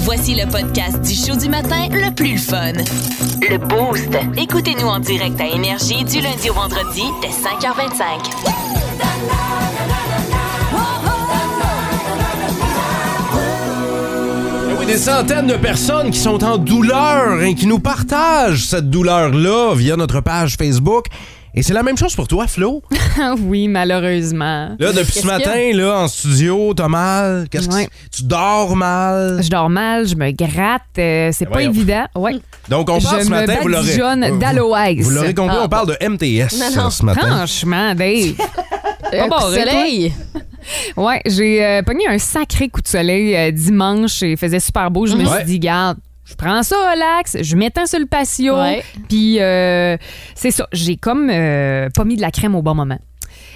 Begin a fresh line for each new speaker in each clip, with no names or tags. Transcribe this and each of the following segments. Voici le podcast du show du matin le plus le fun. Le Boost. Écoutez-nous en direct à Énergie du lundi au vendredi dès 5h25.
Ah,
Il y a des centaines de personnes qui sont en douleur et qui nous partagent cette douleur-là via notre page Facebook. Et c'est la même chose pour toi, Flo.
Ah oui, malheureusement.
Là, depuis ce matin, là, en studio, t'as mal. Qu'est-ce que-
Ouais.
Tu dors mal.
Je dors mal, je me gratte, euh, c'est pas
Eh voyons.
évident. Ouais.
Donc, on parle
je
ce matin, vous
me
l'aurez.
jaune d'aloès.
Vous l'aurez compris, on parle de MTS euh, ce matin.
Franchement, Dave.
Pas
Euh,
bon, soleil.
Ouais, j'ai euh, pogné un sacré coup de soleil euh, dimanche et il faisait super beau. Je me
Mhm. Ouais.
suis dit, garde, je prends ça relax, je m'étends sur le patio.
Ouais.
Puis euh, c'est ça, j'ai comme euh, pas mis de la crème au bon moment.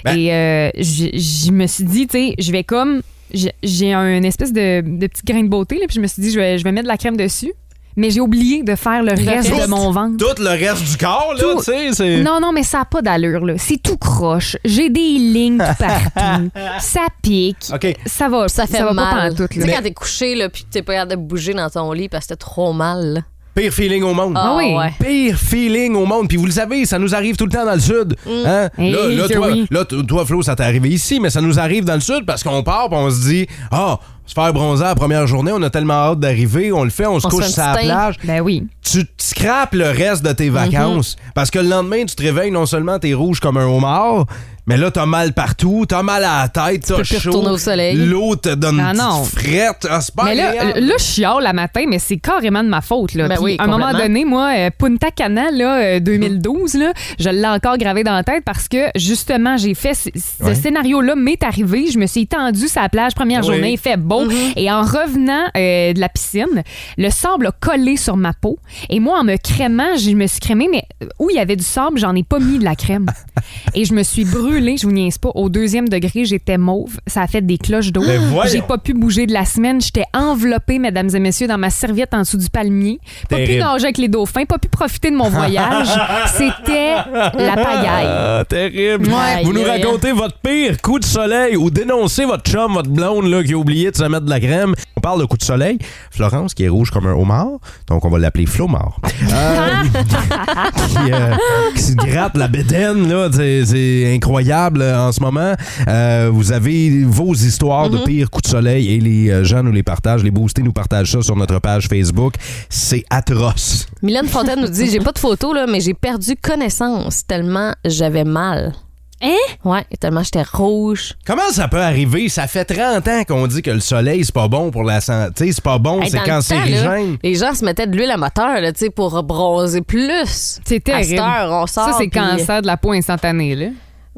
Ben.
Et euh, j- je me suis dit, tu sais, je vais comme. j'ai- J'ai un espèce de, de petit grain de beauté, là, puis je me suis dit, je vais, je vais mettre de la crème dessus. Mais j'ai oublié de faire le reste
reste.
de mon ventre.
Tout le reste du corps, là,
Tout.
tu sais, c'est.
Non, non, mais ça n'a pas d'allure, là. C'est tout croche. J'ai des lignes tout partout. ça pique.
OK.
Ça va,
Ça fait
va pas
mal.
pantoute,
tu
là.
sais, quand t'es couché, là, puis que t'es pas capable de bouger dans ton lit parce que t'as trop mal. là.
Pire feeling au monde.
Ah oui.
ouais.
Pire feeling au monde. Puis vous le savez, ça nous arrive tout le temps dans le sud.
Mm.
Hein?
Eh,
Là, là,
que
toi,
oui.
là, t- toi, Flo, ça t'est arrivé ici, mais ça nous arrive dans le sud parce qu'on part puis on se dit Ah, se faire bronzer la première journée, on a tellement hâte d'arriver, on le fait, on se
On se
couche
fait
sur
un
la
petit teint. Mm-hmm.
plage.
Ben oui.
Tu te scrapes le reste de tes vacances parce que le lendemain, tu te réveilles, non seulement t'es rouge comme un homard, mais là, t'as mal partout, t'as mal à la tête, t'as
peux plus
chaud.
retourner au soleil.
L'eau te donne
Ah
une
non.
petite frette. Ah, c'est pas
mais là,
agréable.
là, je chiale la matin, mais c'est carrément de ma faute. Là.
Ben
Puis,
oui,
à un moment
complètement.
donné, moi, euh, Punta Cana, là, euh, 2012, là, je l'ai encore gravé dans la tête parce que, justement, j'ai fait... c- Ce
Ouais.
scénario-là m'est arrivé. Je me suis étendue sur la plage première
Oui.
journée. Il fait beau.
Mm-hmm.
Et en revenant euh, de la piscine, le sable a collé sur ma peau. Et moi, en me crémant, je me suis crémée, mais où il y avait du sable, j'en ai pas mis de la crème. et je me suis brûlée, je vous niaise pas. Au deuxième degré, j'étais mauve. Ça a fait des cloches d'eau.
Ben voyons.
J'ai pas pu bouger de la semaine. J'étais enveloppée, mesdames et messieurs, dans ma serviette en dessous du palmier. Pas pu
Terrible.
nager avec les dauphins, pas pu profiter de mon voyage. C'était la pagaille.
Ah, terrible.
Ouais.
Vous nous
Aïe, aïe, aïe.
racontez votre pire coup de soleil ou dénoncez votre chum, votre blonde là, qui a oublié de se mettre de la crème. On parle de coup de soleil. Florence, qui est rouge comme un homard, donc on va l'appeler Flomard, Euh, qui, euh, qui se gratte la bédaine, là, c'est- c'est incroyable euh, en ce moment. Euh, vous avez vos histoires de pire coup de soleil et les euh, gens nous les partagent, les boostés nous partagent ça sur notre page Facebook. C'est atroce.
Mylène Fontaine nous dit J'ai pas de photo, là, mais j'ai perdu connaissance tellement j'avais mal.
Hein?
Ouais, tellement j'étais rouge.
Comment ça peut arriver? Ça fait 30 ans qu'on dit que le soleil, c'est pas bon pour la santé, c'est pas bon,
Hey,
c'est
dans le temps, là,
cancérigène.
les gens se mettaient de l'huile à moteur là, tu sais, pour bronzer plus.
C'est terrible.
À cette heure, on sort.
Ça, c'est
puis-
cancer de la peau instantanée. Là.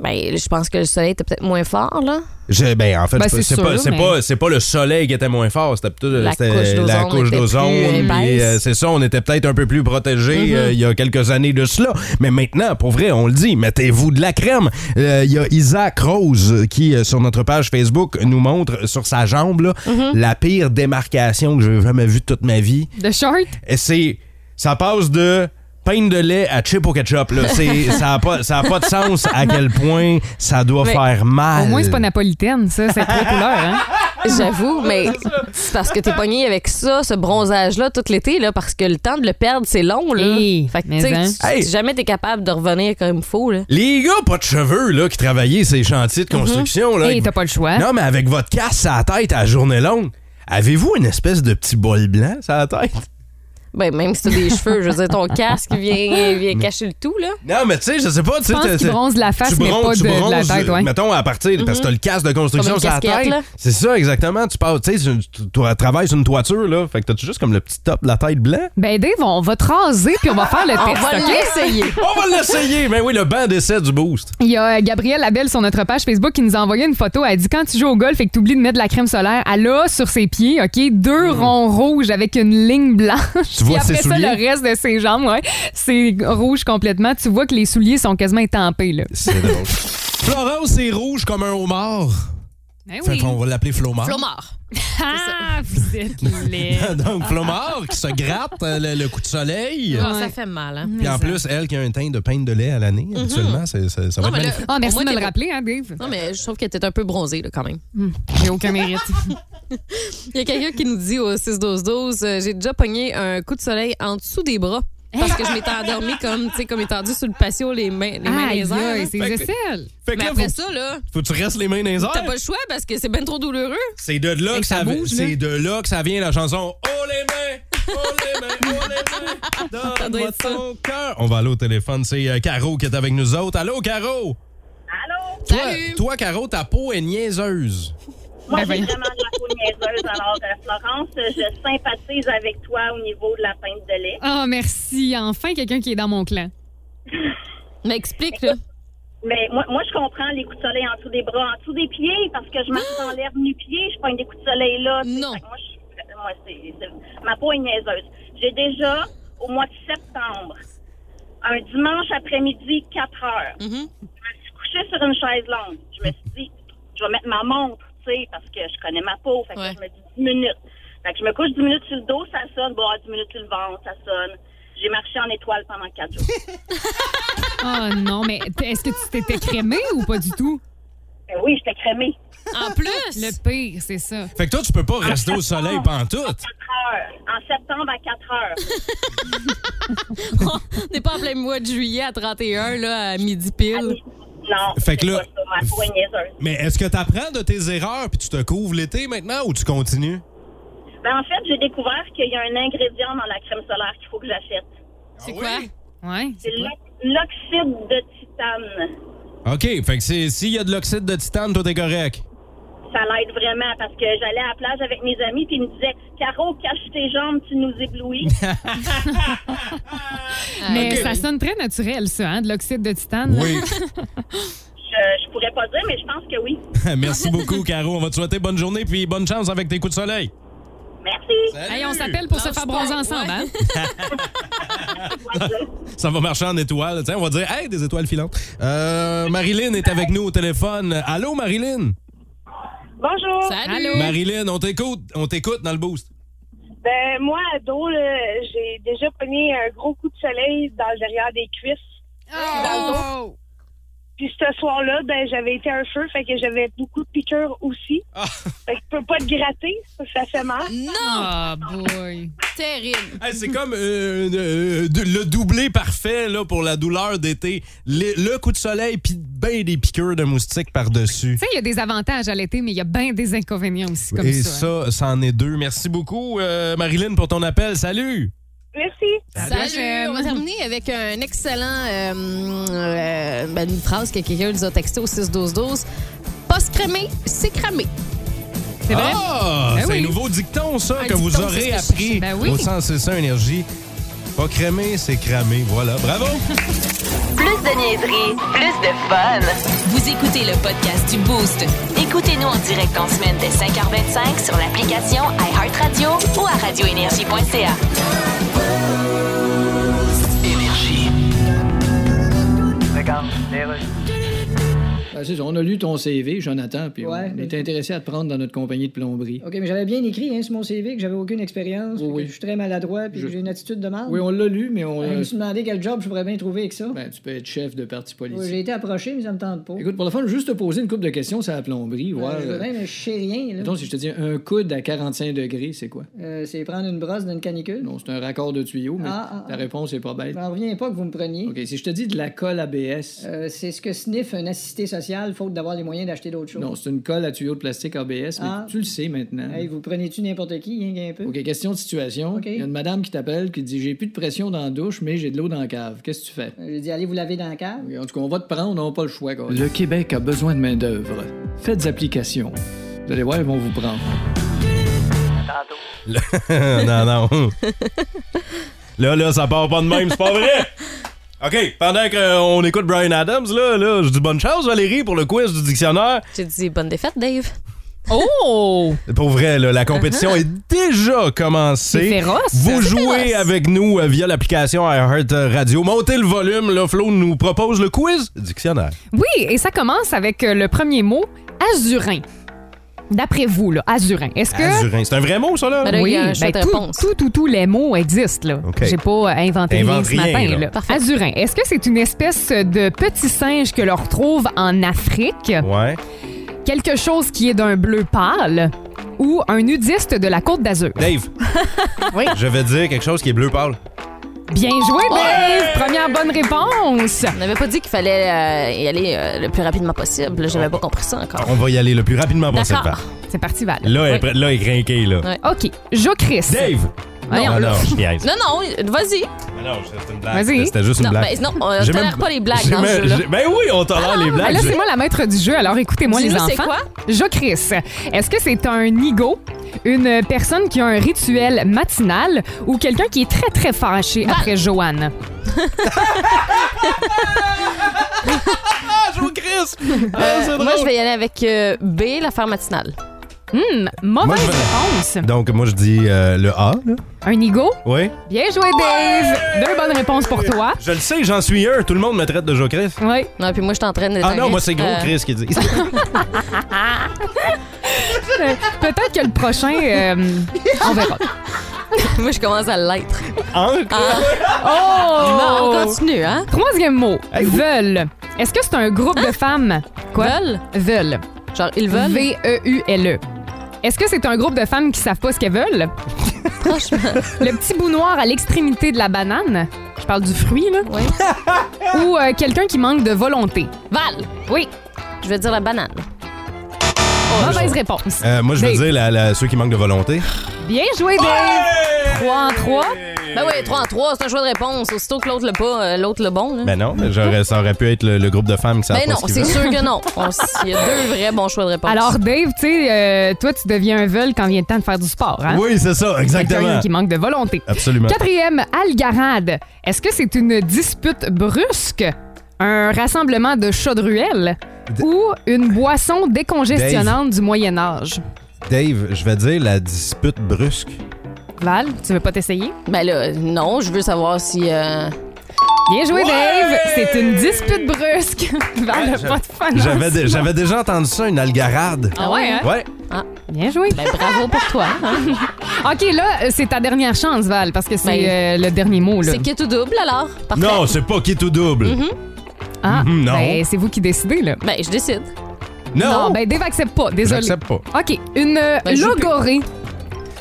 Ben, je pense que le soleil était peut-être moins fort, là.
Je- ben, en fait,
Ben,
c'est pas-
c'est
c'est
sûr,
pas, c'est
mais-
pas- c'est pas le soleil qui était moins fort, c'était plutôt
La
c'était
couche d'ozone
la couche
était
d'ozone.
plus
puis,
épaisse.
euh, C'est ça, on était peut-être un peu plus protégé
Mm-hmm.
il y a quelques années de cela. Mais maintenant, pour vrai, on le dit, mettez-vous de la crème. Euh, Il y a Isaac Rose euh, qui, euh, sur notre page Facebook, nous montre sur sa jambe là,
Mm-hmm.
la pire démarcation que j'ai jamais vue de toute ma vie.
De short?
Et c'est. Ça passe de pain de lait à chip au ketchup. Là. C'est- ça n'a pas, ça a pas de sens à quel point ça doit
Mais
faire mal.
Au moins, c'est pas napolitaine, ça. C'est trois couleurs. Hein?
J'avoue, mais c'est parce que t'es pogné avec ça, ce bronzage-là, tout l'été, là, parce que le temps de le perdre, c'est long, là.
Hey,
fait que,
mais
tu sais,
hein.
tu-
Hey.
tu- jamais t'es capable de revenir comme il faut, là.
Les gars, pas de cheveux, là, qui travaillaient ces chantiers de construction. là,
Mm-hmm. Hey,
avec-
t'as pas le choix.
Non, mais avec votre casse à la tête à la journée longue, avez-vous une espèce de petit bol blanc à la tête?
Ben, même si t'as des cheveux, je veux dire, ton casque vient, vient cacher le tout, là.
Non, mais tu sais, je sais pas. tu sais,
Je pense
t'as-
qu'il
t'as-
bronze la face,
tu
mais
bronzes-
pas
tu
de- de la
bronzes,
tête,
euh,
ouais. Mm-hmm.
Mettons, à partir, parce que t'as le casque de construction
Comme
sur
une
la
casquette,
tête.
là.
C'est ça, exactement. Tu passes, tu sais, tu- tu tu travailles sur une toiture, là. Fait que t'as-tu juste comme le petit top de la tête blanc?
Ben, Dave, on va te raser puis on va faire le
On
test,
va
OK?
l'essayer.
On va l'essayer. Mais oui, le banc d'essai du boost.
Il y a euh, Gabrielle Labelle sur notre page Facebook qui nous a envoyé une photo. Elle dit quand tu joues au golf et que tu oublies de mettre de la crème solaire, elle a sur ses pieds, OK, deux ronds rouges avec une ligne blanche.
Hmm. Tu vois
Puis
ses
après ça,
souliers?
le reste de ses jambes, ouais, c'est rouge complètement. Tu vois que les souliers sont quasiment étampés, là.
C'est drôle. Florence est rouge comme un homard.
Ben
Fait
oui.
qu'on va l'appeler Flomard.
Flomard.
Ah, vous êtes laid.
Donc, Flomard qui se gratte euh, le, le coup de soleil.
Ah, Ça fait mal, hein?
Puis en plus, elle qui a un teint de peigne de lait à l'année,
Mhm.
habituellement, c'est- c'est- ça va être
mais là-
magnifique.
Ah, merci
Au
de me
moins, t'es
le
beau.
rappeler, hein, Dave.
Non, mais je trouve qu'elle était un peu bronzée, là, quand même.
J'ai aucun mérite.
Il y a quelqu'un qui nous dit au 6-12-12, euh, j'ai déjà pogné un coup de soleil en dessous des bras. Parce que je m'étais endormie comme, tu sais, comme étendue sur le patio, les mains, les mains
Aïe,
les airs,
aïe,
là.
c'est
Fait que-
Gisèle.
Fait que
Mais
là,
après
faut-
ça, là,
faut que tu restes les mains dans les
t'as
airs.
pas le choix parce que c'est bien trop douloureux.
C'est de là que
que ça
ça, vi-
bouge, là.
c'est de là que ça vient la chanson Oh les mains, oh les mains, oh les mains,
doit
donne-moi
être ça.
ton cœur. On va aller au téléphone, c'est euh, Caro qui est avec nous autres. Allô Caro. Allô. Toi,
Salut.
toi Caro, ta peau est niaiseuse.
Moi, j'ai
Ben voyons.
vraiment de la peau niaiseuse. Alors, euh, Florence, je sympathise avec toi au niveau de la peinte de lait.
Ah, merci. Enfin, quelqu'un qui est dans mon clan.
Mais explique, là.
Mais moi, moi, je comprends les coups de soleil en dessous des bras, en dessous des pieds, parce que je marche dans l'air nu-pied, je prends des coups de soleil là. tu sais.
Non.
Fait que Moi, je suis- moi, c'est- c'est- ma peau est niaiseuse. J'ai déjà, au mois de septembre, un dimanche après-midi, 4 heures, je me suis couchée sur une chaise longue. Je me suis dit, je vais mettre ma montre, tu sais, parce que je connais ma peau. Fait que
Ouais.
je me dis 10 minutes. Fait que je me couche 10 minutes sur le dos, ça sonne. Bon, 10 minutes sur le ventre, ça sonne. J'ai marché en étoile pendant 4 jours.
Oh non, mais t- est-ce que tu t'étais crémé ou pas du tout?
Ben oui, j'étais crémée.
En plus,
Le pire, c'est ça.
Fait que toi, tu peux pas rester au soleil pantoute.
4 heures. En septembre à 4 heures.
on n'est pas en plein mois de juillet à 31, là, à midi
Ah,
pile.
oui. Non.
Fait que
c'est
là-
pas ça, ma peau est niaiseuse.
Mais est-ce que t'apprends de tes erreurs puis tu te couvres l'été maintenant ou tu continues?
Ben, en fait, j'ai découvert qu'il y a un ingrédient dans la crème solaire qu'il faut que j'achète.
C'est quoi?
Ouais.
C'est
c'est quoi?
l'oc- l'oxyde de titane.
OK, fait que c'est- s'il y a de l'oxyde de titane, toi t'es correct.
Ça l'aide vraiment parce que j'allais à la plage avec mes amis puis ils me disaient Caro, cache tes jambes, tu nous éblouis.
Mais ça sonne très naturel, ça, hein, de l'oxyde de titane.
Ah, Oui.
je, je pourrais pas dire, mais je pense que oui.
Merci beaucoup, Caro. On va te souhaiter bonne journée puis bonne chance avec tes coups de soleil.
Merci.
Hey, on s'appelle pour se
Lance
faire
pas,
bronzer ensemble,
ouais.
hein?
Ça va marcher en étoiles. Tiens, on va dire, hey, des étoiles filantes. Euh, Marilyn est avec nous au téléphone. Allô, Marilyn?
Bonjour.
Salut!
Allô?
Marilyn, on t'écoute. On t'écoute dans le boost.
Ben, moi, ado, j'ai déjà pogné un gros coup de soleil dans le derrière des cuisses.
Oh!
Puis ce soir-là, ben j'avais été un feu, fait que j'avais beaucoup de piqûres aussi.
Ah.
Fait que je peux pas te gratter, ça, ça fait mal.
Non!
Oh boy!
Terrible!
Hey, c'est comme euh, euh, de- le doublé parfait là, pour la douleur d'été. Le, le coup de soleil, puis ben des piqûres de moustiques par-dessus.
Tu sais, il y a des avantages à l'été, mais il y a bien des inconvénients aussi comme
Et
ça. hein.
ça, c'en est deux. Merci beaucoup, euh, Marilyn, pour ton appel. Salut!
Merci.
Salut,
Salut! euh, On va
Hum.
terminer avec un excellent. euh, euh, ben, une phrase que quelqu'un nous a texté au 6-12-12. Pas se cramer, c'est cramer.
C'est vrai?
Ah!
Ben
c'est
oui.
un nouveau dicton, ça,
Un
que vous
dicton,
aurez
c'est ce que je
appris
cherchais. Ben oui.
au sens c'est ça, énergie. Pas cramer, c'est cramer. Voilà, bravo!
Plus de niaiserie, plus de fun. Vous écoutez le podcast du Boost. Écoutez-nous en direct en semaine dès 5h25 sur l'application iHeartRadio ou à radioénergie.ca.
Ben, c'est ça, on a lu ton CV, Jonathan, puis
Ouais.
on est intéressé à te prendre dans notre compagnie de plomberie.
OK, mais j'avais bien écrit hein, sur mon CV que j'avais aucune expérience,
Oui,
puis
oui.
que je suis très maladroit puis
Je-
que j'ai une attitude de mal.
Oui, on l'a lu, mais on.
Je me
euh,
suis demandé quel job je pourrais bien trouver avec ça.
ben, tu peux être chef de parti
Ouais,
politique.
j'ai été approché, mais ça me tente pas.
Écoute, pour le fun, juste te poser une couple de questions sur la plomberie,
Ouais,
voir.
je veux
euh,
bien, mais je sais rien. là.
mettons, si je te dis un coude à 45 degrés, c'est quoi?
Euh, c'est prendre une brosse d'une canicule.
Non, c'est un raccord de tuyau, mais
Ah, ah,
ta
ah.
réponse est pas bête.
Je m'en reviens pas que vous me preniez.
OK, si je te dis de la colle ABS.
Euh, c'est ce que sniff un assisté social, faute d'avoir les moyens d'acheter d'autres choses.
Non, c'est une colle à tuyau de plastique ABS,
Ah.
mais tu le sais maintenant.
Hey, vous prenez-tu n'importe qui, hein, un peu?
OK, question de situation.
OK.
Il y a une madame qui t'appelle qui dit J'ai plus de pression dans la douche, mais j'ai de l'eau dans la cave. Qu'est-ce que tu fais?
Euh, J'ai dit, allez vous laver dans la cave.
En tout cas, on va te prendre, on n'a pas le choix. Le Québec a besoin de main-d'œuvre. Faites application. Vous allez voir, ils vont vous prendre.
non, non. là, là, ça part pas de même, c'est pas vrai! OK, pendant qu'on écoute Brian Adams, là, là, je dis bonne chance, Valérie, pour le quiz du dictionnaire.
J'ai dit bonne défaite, Dave.
Ah!
Oh!
Pour vrai, là, la compétition est déjà
C'est
commencée.
féroce.
Vous
C'est
jouez
féroce.
avec nous euh, via l'application iHeart Radio. Montez le volume, là, Flo nous propose le quiz dictionnaire.
Oui, et ça commence avec euh, le premier mot, azurin. D'après vous, là, Azurin, est-ce que.
Azurin. C'est un vrai mot, ça, là?
Ben là, il y a un choix
ben,
de
tout-
réponse.
tout, tout, tous les mots existent. Là.
OK.
J'ai pas euh, inventé rien
T'inventes
ce
rien,
matin.
là.
là. Azurin, est-ce que c'est une espèce de petit singe que l'on retrouve en Afrique?
Ouais.
Quelque chose qui est d'un bleu pâle? Ou un nudiste de la Côte d'Azur?
Dave.
Oui.
Je vais dire quelque chose qui est bleu pâle.
Bien joué, Dave! Première bonne réponse!
On n'avait pas dit qu'il fallait euh, y aller euh, le plus rapidement possible. J'avais pas compris ça encore.
On va y aller le plus rapidement possible.
D'accord.
C'est parti, Val.
Là, elle est prête- là, elle est crinquée, là.
Ouais.
OK. Jo Chris.
Dave!
Voyons,
Ah, non,
là.
non, je niaise.
Non, non, vas-y.
Mais Ah Non, c'était une blague.
Vas-y.
C'était juste une
Non,
blague.
ben, non, on
J'ai
tolère
même-
pas les blagues
j'ai
dans hein, ce
même-
jeu-là.
j'ai- Ben oui, on tolère les
Ben
blagues.
là,
J'ai-
c'est moi la maître du jeu, alors écoutez-moi les
Dis-nous,
enfants.
c'est quoi?
Jo Chris, est-ce que c'est un ego, une personne qui a un rituel matinal ou quelqu'un qui est très, très fâché après Joanne?
Ah, je vous crisse! Ah, c'est
Moi, je
drôle.
vais y aller avec euh, B, l'affaire matinale.
Hmm,
Moi,
mauvaise
je vais-
réponse.
Donc, moi, je dis euh, le A, là.
Un ego?
Oui.
Bien joué, Dave! Deux bonnes réponses pour toi.
Je le sais, j'en suis un. Tout le monde me traite de Joe Chris.
Oui.
Non, puis moi, je t'entraîne
Ah non, moi, c'est
euh,
gros Chris qui dit.
Euh, Peut-être que le prochain, euh, on verra.
moi, je commence à l'être.
Encore?
Bon, on
Oh!
continue, hein?
Troisième mot,
Hey, oui.
veulent. Est-ce que c'est un groupe de femmes? Quoi?
Veulent?
Veulent.
Genre, ils veulent.
V-E-U-L-E. Est-ce que c'est un groupe de femmes qui savent pas ce qu'elles veulent? Franchement. Le petit bout noir à l'extrémité de la banane. Je parle du fruit, là.
Oui.
Ou euh, quelqu'un qui manque de volonté.
Val,
Oui,
je vais dire la banane.
mauvaise réponse.
Euh, moi, je veux
Dave.
dire la- la- ceux qui manquent de volonté.
Bien joué, Dave! Trois en trois.
Ben oui, 3 en 3, c'est un choix de réponse. Aussitôt que l'autre le pas, euh, l'autre le bon. là.
Ben non, mais j'aurais- ça aurait pu être le, le groupe de femmes qui savent
Ben
pas
non,
ce qu'ils
c'est
veulent.
sûr que non. On s- Il y a deux vrais bons choix de réponse.
Alors, Dave, tu sais, euh, toi, tu deviens un veul quand vient le temps de faire du sport, hein?
Oui, c'est ça,
Quelqu'un
exactement.
qui manque de volonté.
Absolument.
Quatrième, Algarade. Est-ce que c'est une dispute brusque, un rassemblement de chaudruelles
D-
ou une boisson décongestionnante du Moyen Âge?
Dave, je vais dire la dispute brusque.
Val, tu veux pas t'essayer?
Ben là, non, je veux savoir si. euh,
Bien joué, Dave! C'est une dispute brusque. Val n'a
j'avais-
pas de fun. hein?
J'avais, dé- j'avais déjà entendu ça, une algarade.
Ah ouais, hein?
Ouais.
Bien joué.
Ben bravo pour toi. hein.
OK, là, euh, c'est ta dernière chance, Val, parce que c'est
Ben,
euh, le dernier mot. Là.
C'est qui tout double alors? Parfait.
Non, c'est pas qui tout double.
Ah,
Mhm, non.
ben, c'est vous qui décidez, là.
Ben, je décide.
Non,
ben, Dave accepte pas. Désolé.
j'accepte pas.
OK, une euh,
Ben, je joue plus.
logorée.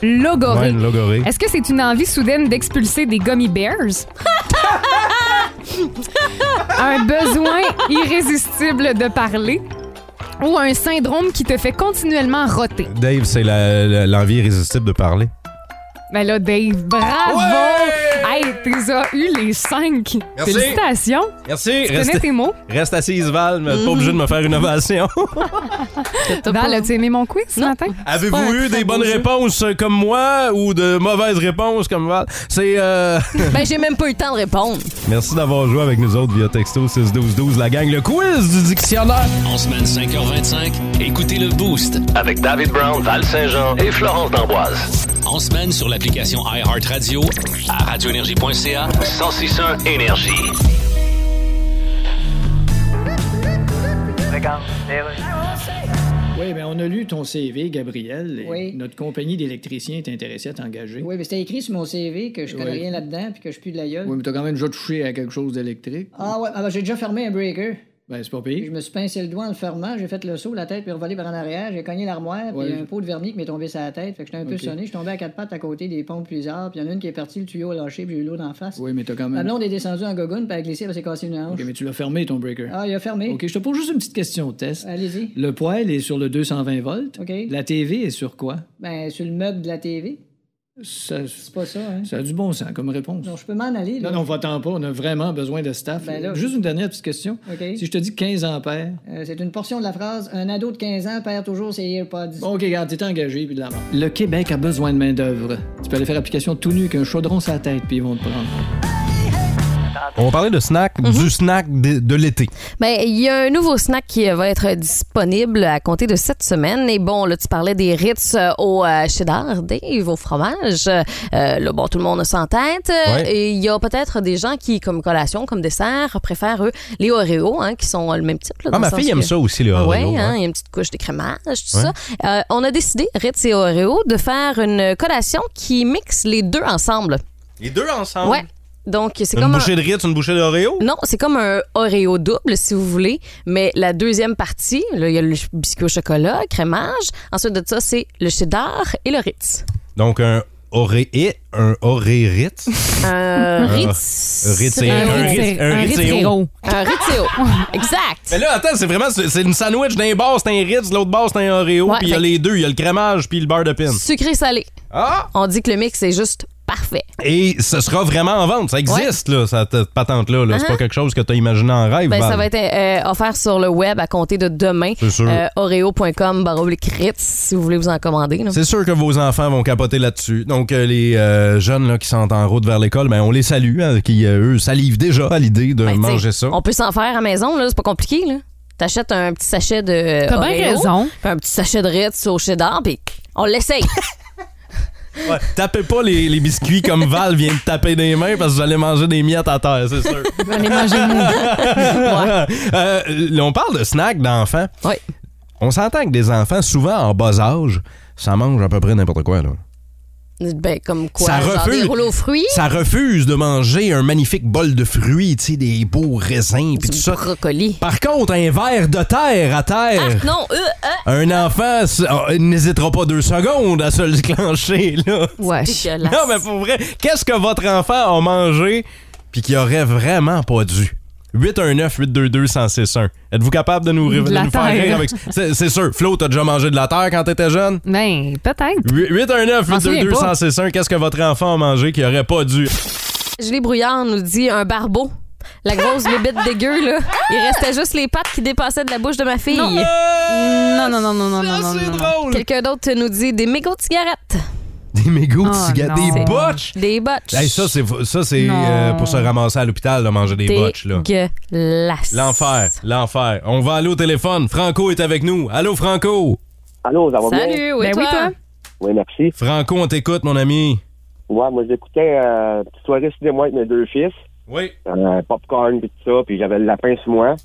Logorée.
Ouais, une logorée.
Est-ce que c'est une envie soudaine d'expulser des gummy bears? un besoin irrésistible de parler? Ou un syndrome qui te fait continuellement roter?
Dave, c'est la- la- l'envie irrésistible de parler.
Ben là, Dave, bravo!
Ouais!
Hey, t'es as eu les cinq.
Merci.
Félicitations.
Merci.
Tu connais
Reste,
tes mots?
reste assise, Val. mais Pas obligé de me faire une ovation.
Ben,
Val, as-tu aimé mon quiz ce matin?
Avez-vous eu des bonnes réponses comme moi ou de mauvaises réponses comme Val? C'est. euh,
Ben, j'ai même pas eu le temps de répondre.
Merci d'avoir joué avec nous autres via texto 61212, la gang. Le quiz du dictionnaire.
En semaine 5h25, écoutez le Boost.
Avec David Brown, Val Saint-Jean et Florence D'Amboise.
En semaine sur l'application iHeartRadio à radioénergie.ca.
1061 Énergie.
Oui, mais on a lu ton CV, Gabriel. et
Oui.
Notre compagnie d'électriciens est intéressée à t'engager.
Oui, mais c'était écrit sur mon CV que je connais
Oui.
rien là-dedans puis que je pue de la gueule.
Oui, mais t'as quand même déjà touché à quelque chose d'électrique.
Ah ouais, ah ben, j'ai déjà fermé un breaker.
Ben, c'est pas
Je
pire.
me suis pincé le doigt en le fermant, j'ai fait le saut, la tête puis revolé par en arrière, j'ai cogné l'armoire,
Ouais.
puis un pot de vernis qui m'est tombé sur la tête. Fait que j'étais un peu
Ok.
sonné, je suis tombé à quatre pattes à côté des pompes plusieurs, puis il y en a une qui est partie, le tuyau a lâché, puis j'ai eu l'eau d'en face.
Oui, mais t'as
La
quand même.
blonde est descendue en gogoune, puis elle a glissé, elle s'est cassée une hanche.
OK, mais tu l'as fermé, ton breaker.
Ah, il a fermé.
OK, je te pose juste une petite question test.
Allez-y.
Le poêle est sur le 220 volts.
OK.
La TV est sur quoi?
Ben, sur le meuble de la TV.
Ça,
C'est pas ça, hein?
ça a du bon sens comme réponse.
Non, je peux m'en aller, là.
Non, non, va-t'en pas, on a vraiment besoin de staff.
Ben là-
Juste une dernière petite question.
OK.
Si je te dis 15 ampères,
Euh, c'est une portion de la phrase Un ado de 15 ans perd toujours ses AirPods.
Bon, OK, regarde, t'es engagé, puis de la mort. Le Québec a besoin de main-d'œuvre. Tu peux aller faire application tout nu qu'un chaudron sur la tête, puis ils vont te prendre.
On va parler de snack, du snack de, de l'été.
Ben, il y a un nouveau snack qui euh, va être disponible à compter de cette semaine. Et bon, là, tu parlais des Ritz euh, au euh, cheddar, Dave, au fromage. Euh, là, bon, tout le monde s'entête. Euh,
Ouais.
Et il y a peut-être des gens qui, comme collation, comme dessert, préfèrent, eux, les Oreos, hein, qui sont euh, le même type. Là,
Ah, ma fille aime ça aussi, les Oreos, hein.
Oui,
ouais.
hein, il y a une petite couche de crémage, tout
Ouais.
ça. Euh, on a décidé, Ritz et Oreo, de faire une collation qui mixe les deux ensemble.
Les deux ensemble?
Ouais. Donc, c'est
Ah. Une
comme un-
bouchée de Ritz, une bouchée d'Oreo?
non, c'est comme un Oreo double, si vous voulez. Mais la deuxième partie, là, il y a le biscuit au chocolat, crémage. Ensuite de ça, c'est le cheddar et le Ritz.
Donc, un Oreo, un Oreo Ritz. Ah.
Un Euh, Ritz.
Un Ritz et-
Euh,
un Ritz- un Ritz et O.
Un Ritz et O. Exact.
Mais là, attends, c'est vraiment, c'est c'est une sandwich d'un bar, c'est un Ritz, l'autre bar, c'est un Oreo,
Ouais,
puis il y a
fait-
les deux, il y a le crémage, puis le beurre de pin.
Sucré-salé.
Ah!
On dit que le mix est juste parfait.
Et ce sera vraiment en vente, ça existe, là, cette patente-là. là. C'est
Uh-huh.
pas quelque chose que t'as imaginé en rêve.
Ben,
Val.
ça va être euh, offert sur le web à compter de demain. Euh,
C'est sûr.
Oreo.com, baroblique Ritz, si vous voulez vous en commander. là.
C'est sûr que vos enfants vont capoter là-dessus. Donc, euh, les euh, jeunes là, qui sont en route vers l'école, ben, on les salue, hein, qui, euh, eux, salivent déjà à l'idée de
Ben,
manger
t'sais,
ça.
On peut s'en faire à la maison, là, c'est pas compliqué. Là. T'achètes un petit sachet de. euh,
T'as bien
Oreo,
raison.
puis un petit sachet de Ritz au cheddar, puis on l'essaye.
Ouais, tapez pas les, les biscuits comme Val vient de taper des mains parce que vous allez manger des miettes à terre, c'est sûr.
Vous
ben,
allez manger mou.
Euh, là, on parle de snacks d'enfants. On s'entend que des enfants, souvent en bas âge, ça mange à peu près n'importe quoi. Là.
ben, comme quoi,
Ça
genre
refuse.
des rouleaux aux fruits.
Ça refuse de manger un magnifique bol de fruits, tu sais, des beaux raisins, puis tout ça.
Brocoli.
Par contre, un verre de terre à terre.
Non, euh, euh,
Un enfant s- ah, il n'hésitera pas deux secondes à se le clencher, là.
Ouais. Dégueulasse.
Non, mais pour vrai, qu'est-ce que votre enfant a mangé puis qu'il aurait vraiment pas dû? 819-822-1061. Êtes-vous capable de nous, ré-
De la
nous faire
terre.
rire avec ça? C'est c'est sûr. Flo, t'as déjà mangé de la terre quand t'étais jeune?
Ben, peut-être.
819-822-1061. Qu'est-ce que votre enfant a mangé qu'il aurait pas dû?
Julie Brouillard nous dit un barbeau. La grosse bébête dégueu, là. Il restait juste les pattes qui dépassaient de la bouche de ma fille.
Non.
Ah,
non, non, non, non, non, non, non, non. Quelqu'un d'autre nous dit des mégots de cigarettes.
Des mégots de
Oh,
cigarettes.
non.
Des
C'est-
botches!
Des botches.
Hey, ça, c'est ça, c'est,
Non.
euh, pour se ramasser à l'hôpital, de manger des botches. là.
Dégueulasse.
L'enfer, l'enfer. On va aller au téléphone. Franco est avec nous. Allô, Franco?
Allô, ça va
Salut,
Ben
oui, toi?
Oui, merci.
Franco, on t'écoute, mon ami.
Ouais, moi, j'écoutais euh, Petite soirée cinéma avec mes deux fils.
Oui.
Euh, popcorn, puis tout ça, puis j'avais le lapin sur moi.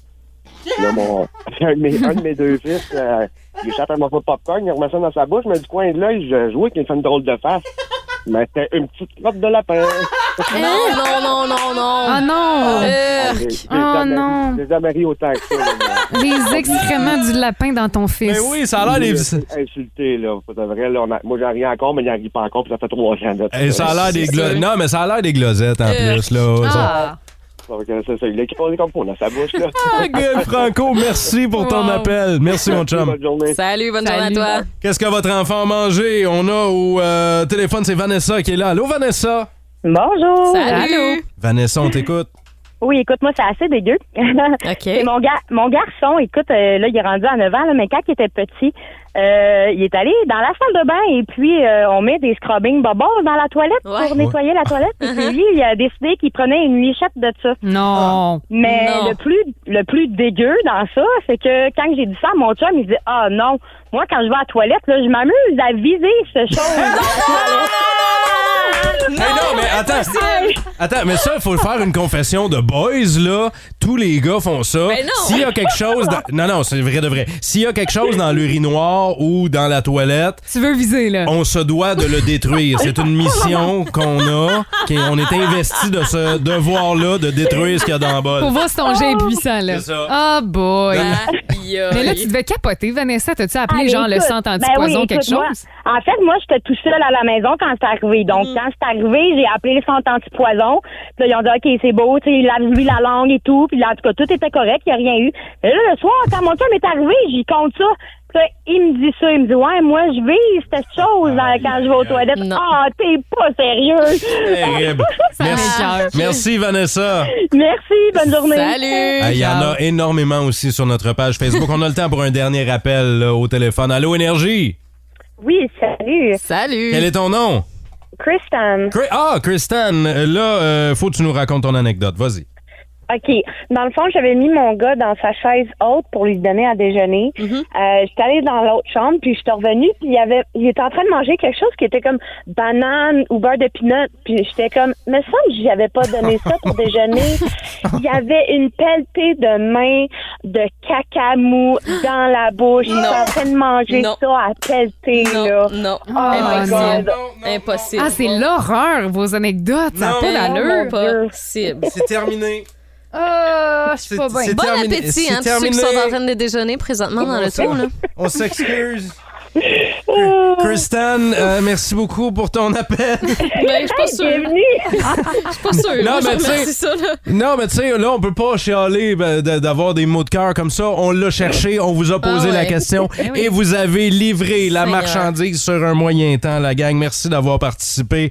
Puis Là, mon, un, de mes, un de mes deux fils, euh, il échappe un morceau de popcorn, il remet ça dans sa bouche, mais du coin de l'œil, je jouais qu'il me fait une drôle de face. Mais c'était une petite crotte de lapin.
Ah, Non, non, non, non, non. Euh,
Ah non!
Ah, j'ai- j'ai jamais-
non.
J'ai jamais ri autant que ça. là, mais-
Les excréments du lapin dans ton fils.
Ben
Oui, c'est Insulté, là. Pour de vrai, là, on a- moi, j'en ris encore, mais il n'en rit pas encore, puis ça fait trois ans. là.
Et Eh, ça a l'air des glo- Non, mais ça a l'air des glosettes en
Euh.
plus, là.
Ah. Donc, euh, c'est ça, il est posé comme pour dans sa bouche, là.
Ça- Gueule, Ah, Franco, merci pour ton
Wow.
appel. Merci, mon chum.
Bonne journée.
Salut, bonne journée à toi.
Qu'est-ce que votre enfant a mangé? On a au euh, téléphone, c'est Vanessa qui est là. Allô, Vanessa?
Bonjour. Ah.
Salut.
Vanessa, on t'écoute.
Oui, écoute, moi, c'est assez dégueu. C'est Mon, gar- mon garçon, écoute, euh, là, il est rendu à 9 ans, là, mais quand il était petit, euh, il est allé dans la salle de bain et puis euh, on met des scrubbing bubbles dans la toilette pour nettoyer la toilette. Et puis lui, il a décidé qu'il prenait une lichette de ça.
Ah.
Non.
Mais
Non.
le plus le plus dégueu dans ça, c'est que quand j'ai dit ça à mon chum, il dit Ah non, moi quand je vais à la toilette, là, je m'amuse à viser ce chose.
Mais non, mais attends. Attends, mais ça, il faut faire une confession de boys, là. Tous les gars font ça.
Mais non.
S'il y a quelque chose. dans- Non, non, c'est vrai de vrai. S'il y a quelque chose dans l'urinoir ou dans la toilette.
Tu veux viser, là.
On se doit de le détruire. C'est une mission qu'on a. qu'on est investi de ce devoir-là de détruire ce qu'il y a dans le bol.
Pour voir si ton jet est puissant, là.
C'est ça.
Ah, boy. Mais là,
aïe.
tu devais capoter, Vanessa. T'as-tu appelé,
Ah,
genre, le
écoute,
centre
ben
antipoison,
oui,
quelque
écoute, moi,
chose? Mm.
en fait, moi, j'étais tout seul à la maison quand c'est arrivé. Donc, quand c'est arrivé, j'ai appelé le centre antipoison. Puis là, ils ont dit, OK, c'est beau, tu sais, il a lui la langue et tout. Puis là, en tout cas, tout était correct, il n'y a rien eu. Mais là, le soir, quand mon chum est arrivé, j'y compte ça. Puis là, il me dit ça. Il me dit, ouais, moi, je vise cette chose hein, quand je vais aux toilettes. Ah, t'es pas sérieux.
Terrible. Merci. Merci, Vanessa.
Merci, bonne journée.
Euh, Il y en a énormément aussi sur notre page Facebook. On a le temps pour un dernier appel là, au téléphone. Allô, Énergie?
Oui, salut. um,
Salut.
Quel est ton nom?
Kristen.
Cri- Ah, Kristen, là, euh, faut que tu nous racontes ton anecdote. Vas-y.
OK. Dans le fond, j'avais mis mon gars dans sa chaise haute pour lui donner à déjeuner.
Mm-hmm.
Euh, j'étais allée dans l'autre chambre, puis je suis revenue, puis il, y avait, il était en train de manger quelque chose qui était comme banane ou beurre de pinot. Puis j'étais comme, me semble que j'avais pas donné ça pour déjeuner. Il y avait une pelletée de mains de cacamou dans la bouche. Il était en train de manger
Non.
ça à pelletée, là.
Non.
Eh
Oh,
ben,
my
Impossible.
God.
Impossible.
Ah, c'est l'horreur, vos anecdotes. Ça n'a pas d'allure.
Oh,
Impossible.
C'est terminé.
Ah, je suis pas bien.
Bon appétit, hein, tous ceux qui sont en train de déjeuner présentement dans le tour. là.
On s'excuse. Kristen, euh, merci beaucoup pour ton appel.
Ben, je suis pas
Hey,
sûre. Je suis pas sûre.
Non,
Moi, je
mais tu sais-
remercie ça, là.
Non, mais tu sais, là, on peut pas chialer ben, de- d'avoir des mots de cœur comme ça. On l'a cherché, on vous a posé
Ah ouais.
la question
Eh oui.
et vous avez livré la
Seigneur.
marchandise sur un moyen temps, la gang. Merci d'avoir participé.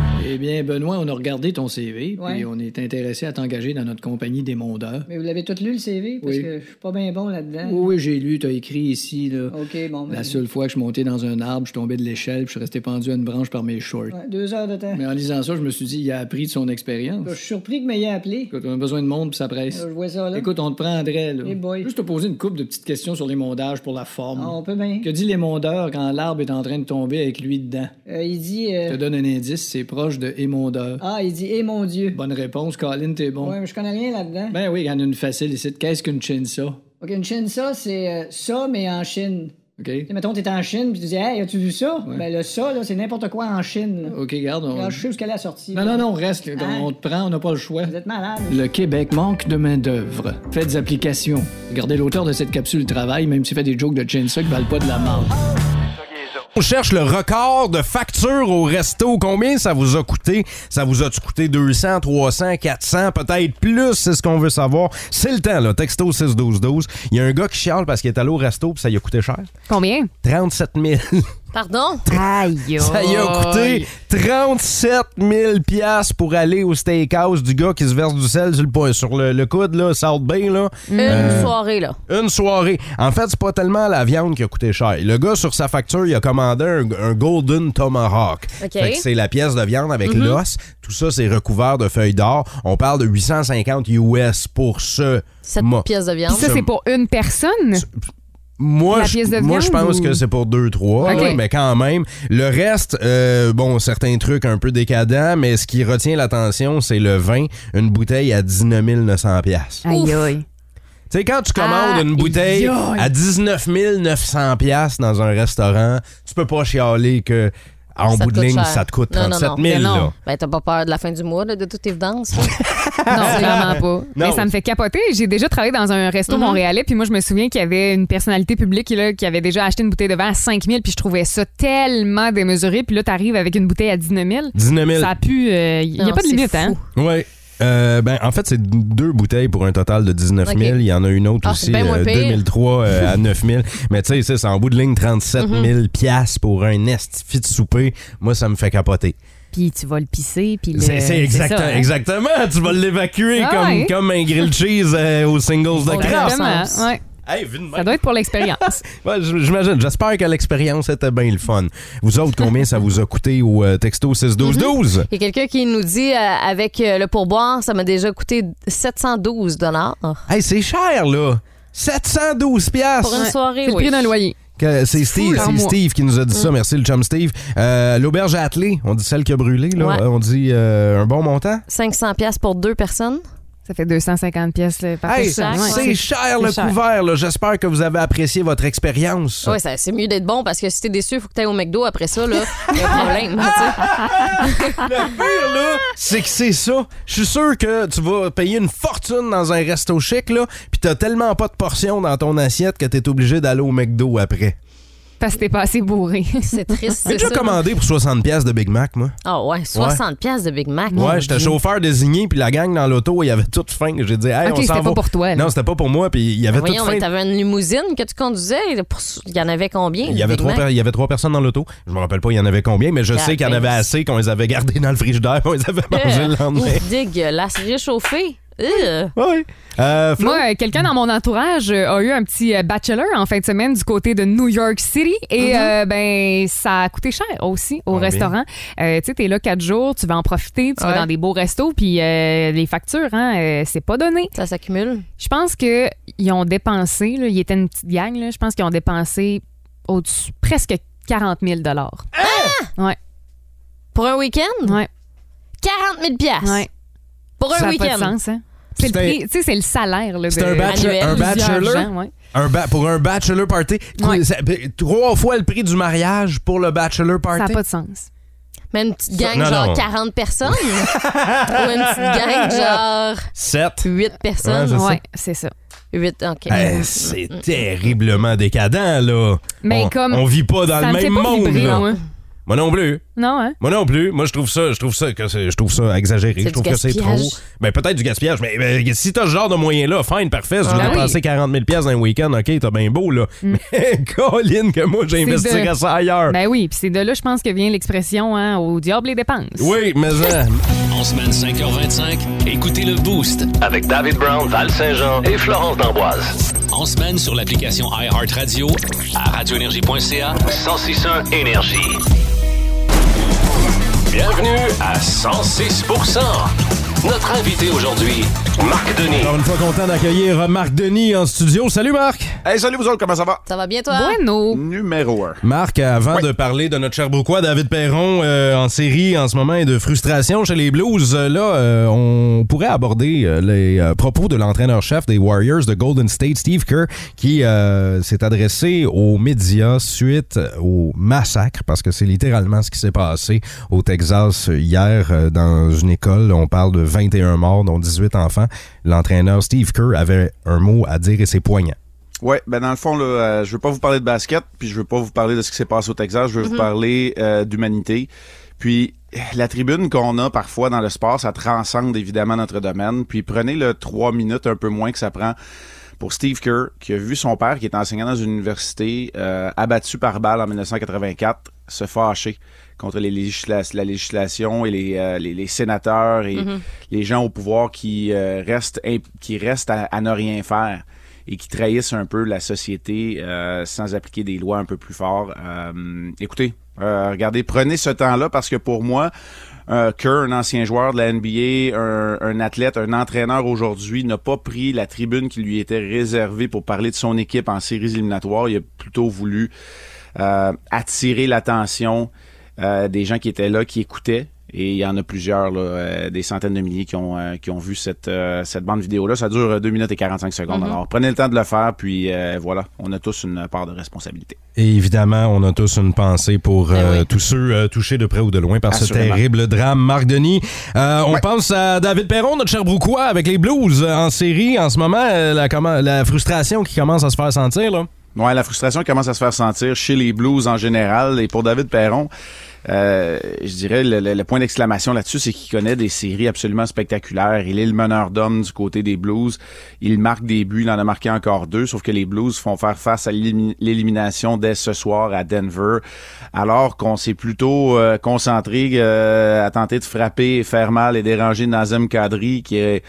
Eh bien, Benoît, on a regardé ton CV,
Ouais.
puis on est intéressé à t'engager dans notre compagnie des mondeurs.
Mais vous l'avez tout lu, le CV? Parce
Oui.
que je suis pas bien bon là-dedans.
Oui, oui, j'ai lu, t'as écrit ici, là.
OK, bon. ben,
La seule fois que je suis monté dans un arbre, je suis tombé de l'échelle, puis je suis resté pendu à une branche par mes shorts.
ouais, deux heures de temps.
Mais en lisant ça, je me suis dit, il a appris de son expérience.
Je suis surpris que m'ayez appelé. euh,
Écoute, on a besoin de monde, puis ça presse.
Je vois ça, là.
Écoute, on te prendrait, là.
Eh boy.
Juste te poser une couple de petites questions sur les mondages pour la forme.
Ah, on peut bien.
Que dit l'émondeur quand l'arbre est en train de tomber avec lui dedans?
Euh, il dit... euh,
Je te donne un indice, c'est proche de émondeur.
Ah, il dit, eh mon Dieu.
Bonne réponse, Colin, t'es bon.
Ouais, mais je connais rien là-dedans.
Ben oui, il y en a une facile ici. Qu'est-ce qu'une chinsa?
OK, une Chine, ça, c'est euh, ça, mais en Chine.
OK?
Tu sais, mettons, t'es en Chine, puis tu dis, hey, as-tu vu ça? Ben, le ça, là, c'est n'importe quoi en Chine. là.
OK, garde. on-
Alors, je sais où ce qu'elle est sortie.
Oh. Non, non, non, reste. là.
Hein?
On te prend, on n'a pas le choix.
Vous êtes malade.
Le Québec manque de main-d'œuvre. Faites application. Regardez l'auteur de cette capsule travail, même s'il fait des jokes de chinsa qui valent pas de la marde.
On cherche le record de facture au resto. Combien ça vous a coûté? Ça vous a-tu coûté 200, 300, 400, peut-être plus? C'est ce qu'on veut savoir. C'est le temps, là. Texto 61212. Il y a un gars qui chiale parce qu'il est allé au resto puis ça lui a coûté cher.
Combien?
37 000.
Pardon?
Aïe.
Ça y a coûté 37 000 piastres pour aller au steakhouse du gars qui se verse du sel sur le, poing- sur le, le coude, là, South Bay, là.
Une
Euh,
soirée, là.
Une soirée. En fait, c'est pas tellement la viande qui a coûté cher. Le gars, sur sa facture, il a commandé un, un Golden Tomahawk.
OK.
Fait que C'est la pièce de viande avec l'os. Tout ça, c'est recouvert de feuilles d'or. On parle de 850 US pour ce...
Cette
mo-
pièce de
Puis
viande.
ça, c'est pour une personne?
moi,
La
je,
pièce de
moi, je
viande
pense
ou-
que c'est pour 2-3,
Ok.
mais quand même. Le reste, euh, bon, certains trucs un peu décadents, mais ce qui retient l'attention, c'est le vin, une bouteille à 19 900 pièces.
Aïe, aïe.
Tu sais, quand tu commandes
Ah,
une bouteille
yoï.
à 19 900 pièces dans un restaurant, tu peux pas chialer que en
Ça
bout
te
de
coûte
ligne,
cher.
ça te coûte
Non, non, non.
37
Mais
000. là.
non. Ben, t'as pas peur de la fin du mois, là, de toute évidence. là.
Non, vraiment pas. Mais
Non.
ça me fait capoter. J'ai déjà travaillé dans un resto montréalais, puis moi, je me souviens qu'il y avait une personnalité publique là, qui avait déjà acheté une bouteille de vin à 5 000, puis je trouvais ça tellement démesuré. Puis là, t'arrives avec une bouteille à 19 000.
19 000.
Ça a pu. Il n'y a
Non,
pas de
c'est
limite, hein?
fou.
Ouais. Euh, ben, en fait, c'est deux bouteilles pour un total de 19 000.
Ok.
Il y en a une autre
Ah,
aussi,
c'est bien moins
euh,
pire.
2003 euh, à 9 000. Mais tu sais, ça, c'est en bout de ligne 37 000 piastres pour un estifi de souper. Moi, ça me fait capoter.
Puis tu vas le pisser, puis le.
c'est c'est exact-
ça, hein?
exactement. Tu vas l'évacuer
Ah
comme,
ouais.
comme un grilled cheese euh, aux singles de craft.
Exactement, Ah, ouais.
Hey, vu de même.
Ça doit être pour l'expérience.
Ouais, j- J'imagine. J'espère que l'expérience était bien le fun. Vous autres, combien ça vous a coûté au euh, texto 61212?
Il y a quelqu'un qui nous dit, euh, avec euh, le pourboire, ça m'a déjà coûté 712 dollars
Hey, c'est cher, là. 712 piastres.
pour une soirée.
C'est le
oui.
prix d'un loyer.
Que- C'est Steve,
là,
c'est
moi.
Steve qui nous a dit ça. Merci, le chum Steve. Euh, L'auberge à Attelé, on dit celle qui a brûlé. Là.
Ouais.
On dit euh, un bon montant.
500 pièces pour deux personnes.
Ça fait 250 pièces là, par
Hey,
personne. ouais.
c'est cher le
cher.
couvert. là. J'espère que vous avez apprécié votre expérience.
Oui, c'est mieux d'être bon parce que si t'es déçu, il faut que t'ailles au McDo après ça. Là. Il y a un problème. tu sais.
Le pire, là, c'est que c'est ça. Je suis sûr que tu vas payer une fortune dans un resto chic, là, pis t'as tellement pas de portions dans ton assiette que t'es obligé d'aller au McDo après.
Parce que t'es pas assez bourré.
C'est triste.
J'ai déjà commandé pour 60$ piastres de Big Mac, moi.
Ah ouais, 60 pièces de Big Mac. Mon
Ouais, j'étais
Dieu.
chauffeur désigné, puis la gang dans l'auto, il y avait toute faim. J'ai dit, hey,
Ok,
on s'en va.
c'était pas pour toi, là. Ben
Non, c'était pas pour moi, puis il y avait toute
Voyons, mais
faim.
t'avais une limousine que tu conduisais. et pour- Il y en avait combien?
Il y, avait
Big
trois
Mac?
per- il y avait trois personnes dans l'auto. Je me rappelle pas, il y en avait combien, mais je sais qu'il y en avait assez qu'on les avait gardés dans le frigidaire, on les avait mangés le lendemain.
Ouf, dégueulasse, réchauffé.
Oui. Euh, Flo?
Moi, euh, quelqu'un dans mon entourage euh, a eu un petit euh, bachelor en fin de semaine du côté de New York City et euh, ben ça a coûté cher aussi au
Combien?
restaurant. Euh, tu sais, t'es là quatre jours, tu vas en profiter, tu
Ouais.
vas dans des beaux restos, puis euh, les factures, hein, euh, c'est pas donné.
Ça s'accumule.
Je pense que ils ont dépensé, là, ils étaient une petite gang, là, je pense qu'ils ont dépensé au-dessus presque 40 000 dollars. Ouais.
Pour un week-end?
Ouais.
40 000 pièces.
Ouais.
Pour un
Ça a pas de
week-end.
sens, hein? C'est le
C'était-
prix, tu sais, c'est le salaire là,
C'était
de-
un, bachelor-
annuel.
un
Plusieurs
bachelor.
gens, ouais.
Un ba- pour un bachelor party. Ça- Trois fois le prix du mariage pour le bachelor party.
Ça n'a pas de sens.
Mais une petite gang,
Non,
genre
non.
40 personnes? Ou une petite gang, genre
Sept.
8 personnes?
Ouais, c'est ça. Ouais,
c'est ça.
8, OK.
Eh, c'est terriblement décadent, là.
Mais
on,
comme-
on vit pas dans
ça
le
me fait
même
pas
monde,
vibrer,
là.
moi.
Moi non plus.
Non, hein?
Moi non plus. Moi, je trouve ça, je trouve ça, que c'est- je trouve ça exagéré.
C'est
Je
du
trouve que c'est trop.
gaspillage.
Ben, peut-être du gaspillage, mais ben, si t'as ce genre de moyen-là, fine, parfait. Si
Ah,
je
ben
voulais
oui. Mm.
dépenser 40 000 dans un week-end, OK, t'as bien beau, là. Mais, Colline, que moi, j'investirais
de-
ça ailleurs.
Ben oui, puis c'est de là, je pense, que vient l'expression hein, au diable les dépenses.
Oui, mais hein. ça.
En semaine 5h25, écoutez le Boost.
Avec David Brown, Val Saint-Jean et Florence D'Amboise.
En semaine sur l'application iHeartRadio, à radioénergie.ca,
1061 Énergie. Bienvenue à 106 Notre invité aujourd'hui, Marc Denis.
Alors, une fois content d'accueillir Marc Denis en studio. Salut, Marc.
Hey, salut vous autres, comment ça va?
Ça va bien, toi?
Bueno.
Numéro 1.
Marc, avant de parler de notre Sherbrookeois David Perron euh, en série en ce moment et de frustration chez les Blues, euh, là, euh, on pourrait aborder euh, les euh, propos de l'entraîneur-chef des Warriors de Golden State, Steve Kerr, qui euh, s'est adressé aux médias suite au massacre, parce que c'est littéralement ce qui s'est passé au Texas hier euh, dans une école. On parle de 21 morts, dont 18 enfants. L'entraîneur Steve Kerr avait un mot à dire et c'est poignant.
Ouais, ben dans le fond, là, euh, je veux pas vous parler de basket, puis je veux pas vous parler de ce qui s'est passé au Texas, je veux
Mhm.
vous parler euh, d'humanité. Puis la tribune qu'on a parfois dans le sport, ça transcende évidemment notre domaine. Puis prenez le trois minutes un peu moins que ça prend pour Steve Kerr, qui a vu son père, qui est enseignant dans une université, euh, abattu par balle en 1984, se fâcher contre les législa- la législation et les, euh, les- les sénateurs et
Mhm.
les gens au pouvoir qui euh, restent, imp- qui restent à, à ne rien faire et qui trahissent un peu la société euh, sans appliquer des lois un peu plus fortes. Euh, écoutez, euh, regardez, prenez ce temps-là parce que pour moi, euh, Kerr, un ancien joueur de la NBA, un, un athlète, un entraîneur aujourd'hui, n'a pas pris la tribune qui lui était réservée pour parler de son équipe en séries éliminatoires. Il a plutôt voulu euh, attirer l'attention euh, des gens qui étaient là, qui écoutaient. Et il y en a plusieurs, là, euh, des centaines de milliers qui ont, euh, qui ont vu cette, euh, cette bande vidéo-là. Ça dure euh, 2 minutes et 45 secondes.
Mhm.
Alors, prenez le temps de le faire, puis euh, voilà, on a tous une part de responsabilité.
Et évidemment, on a tous une pensée pour euh, tous ceux euh, touchés de près ou de loin par ce
Ben Assurément.
terrible drame. Marc Denis, euh, on pense à David Perron, notre cher Brouquois, avec les Blues euh, en série en ce moment. euh, la, commen- la frustration qui commence à se faire sentir. Là.
Ouais, la frustration commence à se faire sentir chez les Blues en général. Et pour David Perron, euh, je dirais le, le- le point d'exclamation là-dessus, c'est qu'il connaît des séries absolument spectaculaires. Il est le meneur d'hommes du côté des Blues. Il marque des buts, il en a marqué encore deux, sauf que les Blues font faire face à l'élim- l'élimination dès ce soir à Denver, alors qu'on s'est plutôt euh, concentré euh, à tenter de frapper et faire mal et déranger Nazem Kadri, qui est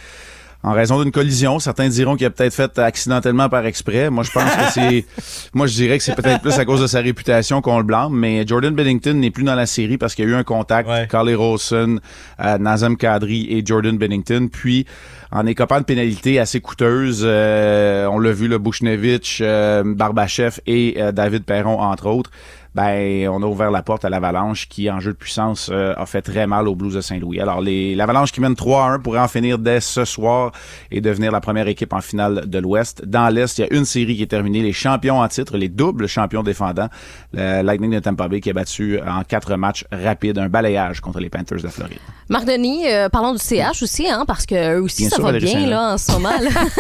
en raison d'une collision. Certains diront qu'il a peut-être fait accidentellement par exprès. Moi, je pense que c'est, moi, je dirais que c'est peut-être plus à cause de sa réputation qu'on le blâme. Mais Jordan Bennington n'est plus dans la série parce qu'il y a eu un contact. Carly Rolson, euh, Nazem Kadri et Jordan Bennington. Puis, en écopant de pénalités assez coûteuses, euh, on l'a vu, le Bouchnevich, euh, Barbachev et euh, David Perron, entre autres. ben on a ouvert la porte à l'Avalanche qui, en jeu de puissance, euh, a fait très mal aux Blues de Saint-Louis. Alors, les- l'Avalanche qui mène 3-1 pourrait en finir dès ce soir et devenir la première équipe en finale de l'Ouest. Dans l'Est, il y a une série qui est terminée. Les champions en titre, les doubles champions défendants, le Lightning de Tampa Bay qui a battu en quatre matchs rapides un balayage contre les Panthers de la Floride.
Marc Denis, euh, parlons du CH aussi, hein, parce que eux aussi,
Bien
ça
sûr,
va
Valérie
bien
Saint-Laurent.
là, en ce moment.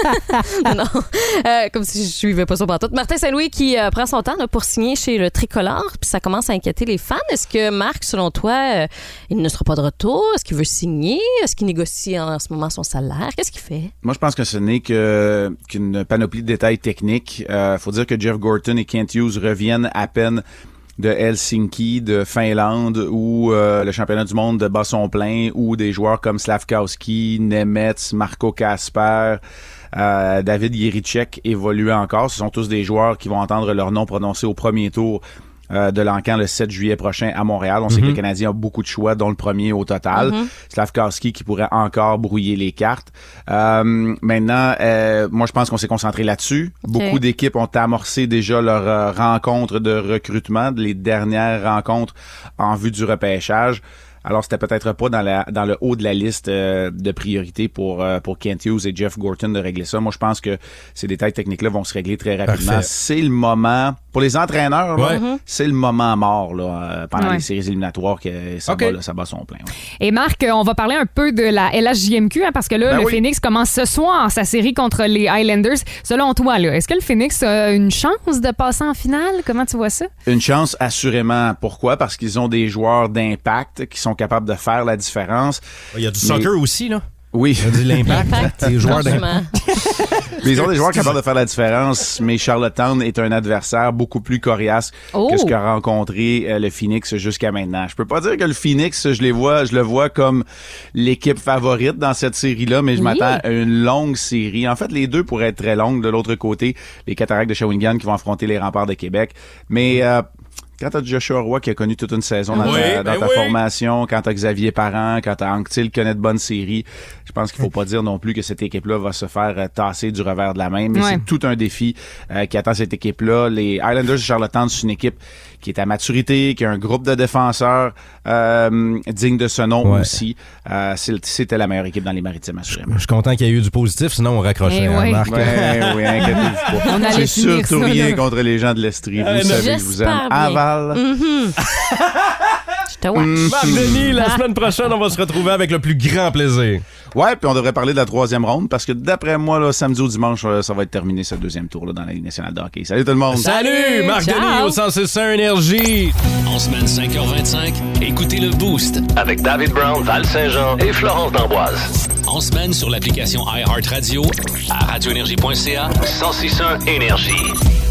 là. non, Euh, comme si je suivais pas ça partout. Martin Saint-Louis qui euh, prend son temps là, pour signer chez le Tricolore, puis ça commence à inquiéter les fans. Est-ce que Marc, selon toi, euh, il ne sera pas de retour? Est-ce qu'il veut signer? Est-ce qu'il négocie en, en ce moment son salaire? Qu'est-ce qu'il fait?
Moi, je pense que ce n'est que qu'une panoplie de détails techniques. Euh, faut dire que Jeff Gorton et Kent Hughes reviennent à peine de Helsinki, de Finlande, ou euh, le championnat du monde de basson plein, ou des joueurs comme Slavkowski, Nemetz, Marco Kasper, euh, David Yericek évoluent encore. Ce sont tous des joueurs qui vont entendre leur nom prononcé au premier tour euh, de l'encan le 7 juillet prochain à Montréal. On sait que
Mhm.
le Canadien a beaucoup de choix, dont le premier au total.
Mhm.
Slavkowski qui pourrait encore brouiller les cartes. Euh, maintenant, euh, moi, je pense qu'on s'est concentré là-dessus.
Ok.
Beaucoup d'équipes ont amorcé déjà leur euh, rencontre de recrutement, les dernières rencontres en vue du repêchage. Alors, c'était peut-être pas dans, la, dans le haut de la liste euh, de priorité pour, euh, pour Kent Hughes et Jeff Gorton de régler ça. Moi, je pense que ces détails techniques-là vont se régler très rapidement.
Parfait.
C'est le moment, pour les entraîneurs, là,
Ouais. Mhm.
c'est le moment mort là, euh, pendant
Ouais.
les séries éliminatoires que ça, bat, là, ça bat son plein. ouais.
Et Marc, euh, on va parler un peu de la LHJMQ, hein, parce que là,
Ben
le
oui.
Phoenix commence ce soir sa série contre les Highlanders. Selon toi, là, est-ce que le Phoenix a une chance de passer en finale? Comment tu vois ça?
Une chance, assurément. Pourquoi? Parce qu'ils ont des joueurs d'impact qui sont capables de faire la différence. Il y a
du soccer aussi, là.
Oui.
On dit l'impact.
L'impact,
Des joueurs d'impact.
Franchement.
Mais ils ont des joueurs capables de faire la différence, mais Charlottetown est un adversaire beaucoup plus coriace
Oh.
que ce qu'a rencontré euh, le Phoenix jusqu'à maintenant. Je peux pas dire que le Phoenix, je les vois, je le vois comme l'équipe favorite dans cette série-là, mais je
Oui.
m'attends à une longue série. En fait, les deux pourraient être très longues. De l'autre côté, les Cataractes de Shawinigan qui vont affronter les Remparts de Québec.
Mm.
Mais euh, quand t'as Joshua Roy qui a connu toute une saison dans
Oui,
ta, dans
ben
ta
oui.
formation, quand t'as Xavier Parent, quand t'as Anctil qui connaît de bonnes séries, je pense
Mm.
qu'il faut pas dire non plus que cette équipe-là va se faire euh, tasser du revers de la main. Mais
Ouais.
c'est tout un défi euh, qui attend cette équipe-là. Les Highlanders de Charlottetown, c'est une équipe qui est à maturité, qui a un groupe de défenseurs euh, digne de ce nom aussi. Euh, c'est- C'était la meilleure équipe dans les maritimes, assurément.
Je suis content qu'il y ait eu du positif, sinon on raccrochait,
Eh
hein,
oui.
Marc.
Ouais, oui, inquiétez-vous pas. On allait Euh, C'est finir surtout ça, rien là. contre les gens de l'Estrie. Vous savez que je vous aime.
J'espère bien.
Aval.
Mhm. je te watch.
Marc Denis, la semaine prochaine, on va se retrouver avec le plus grand plaisir.
Ouais, puis on devrait parler de la troisième ronde parce que d'après moi, là, samedi ou dimanche, euh, ça va être terminé ce deuxième tour là, dans la Ligue nationale de hockey. Salut tout le monde!
Salut, Marc Denis au 161 Énergie.
En semaine 5h25, écoutez le Boost
Avec David Brown, Val Saint-Jean et Florence D'Amboise.
en semaine sur l'application iHeartRadio à radioénergie.ca
1061 Énergie.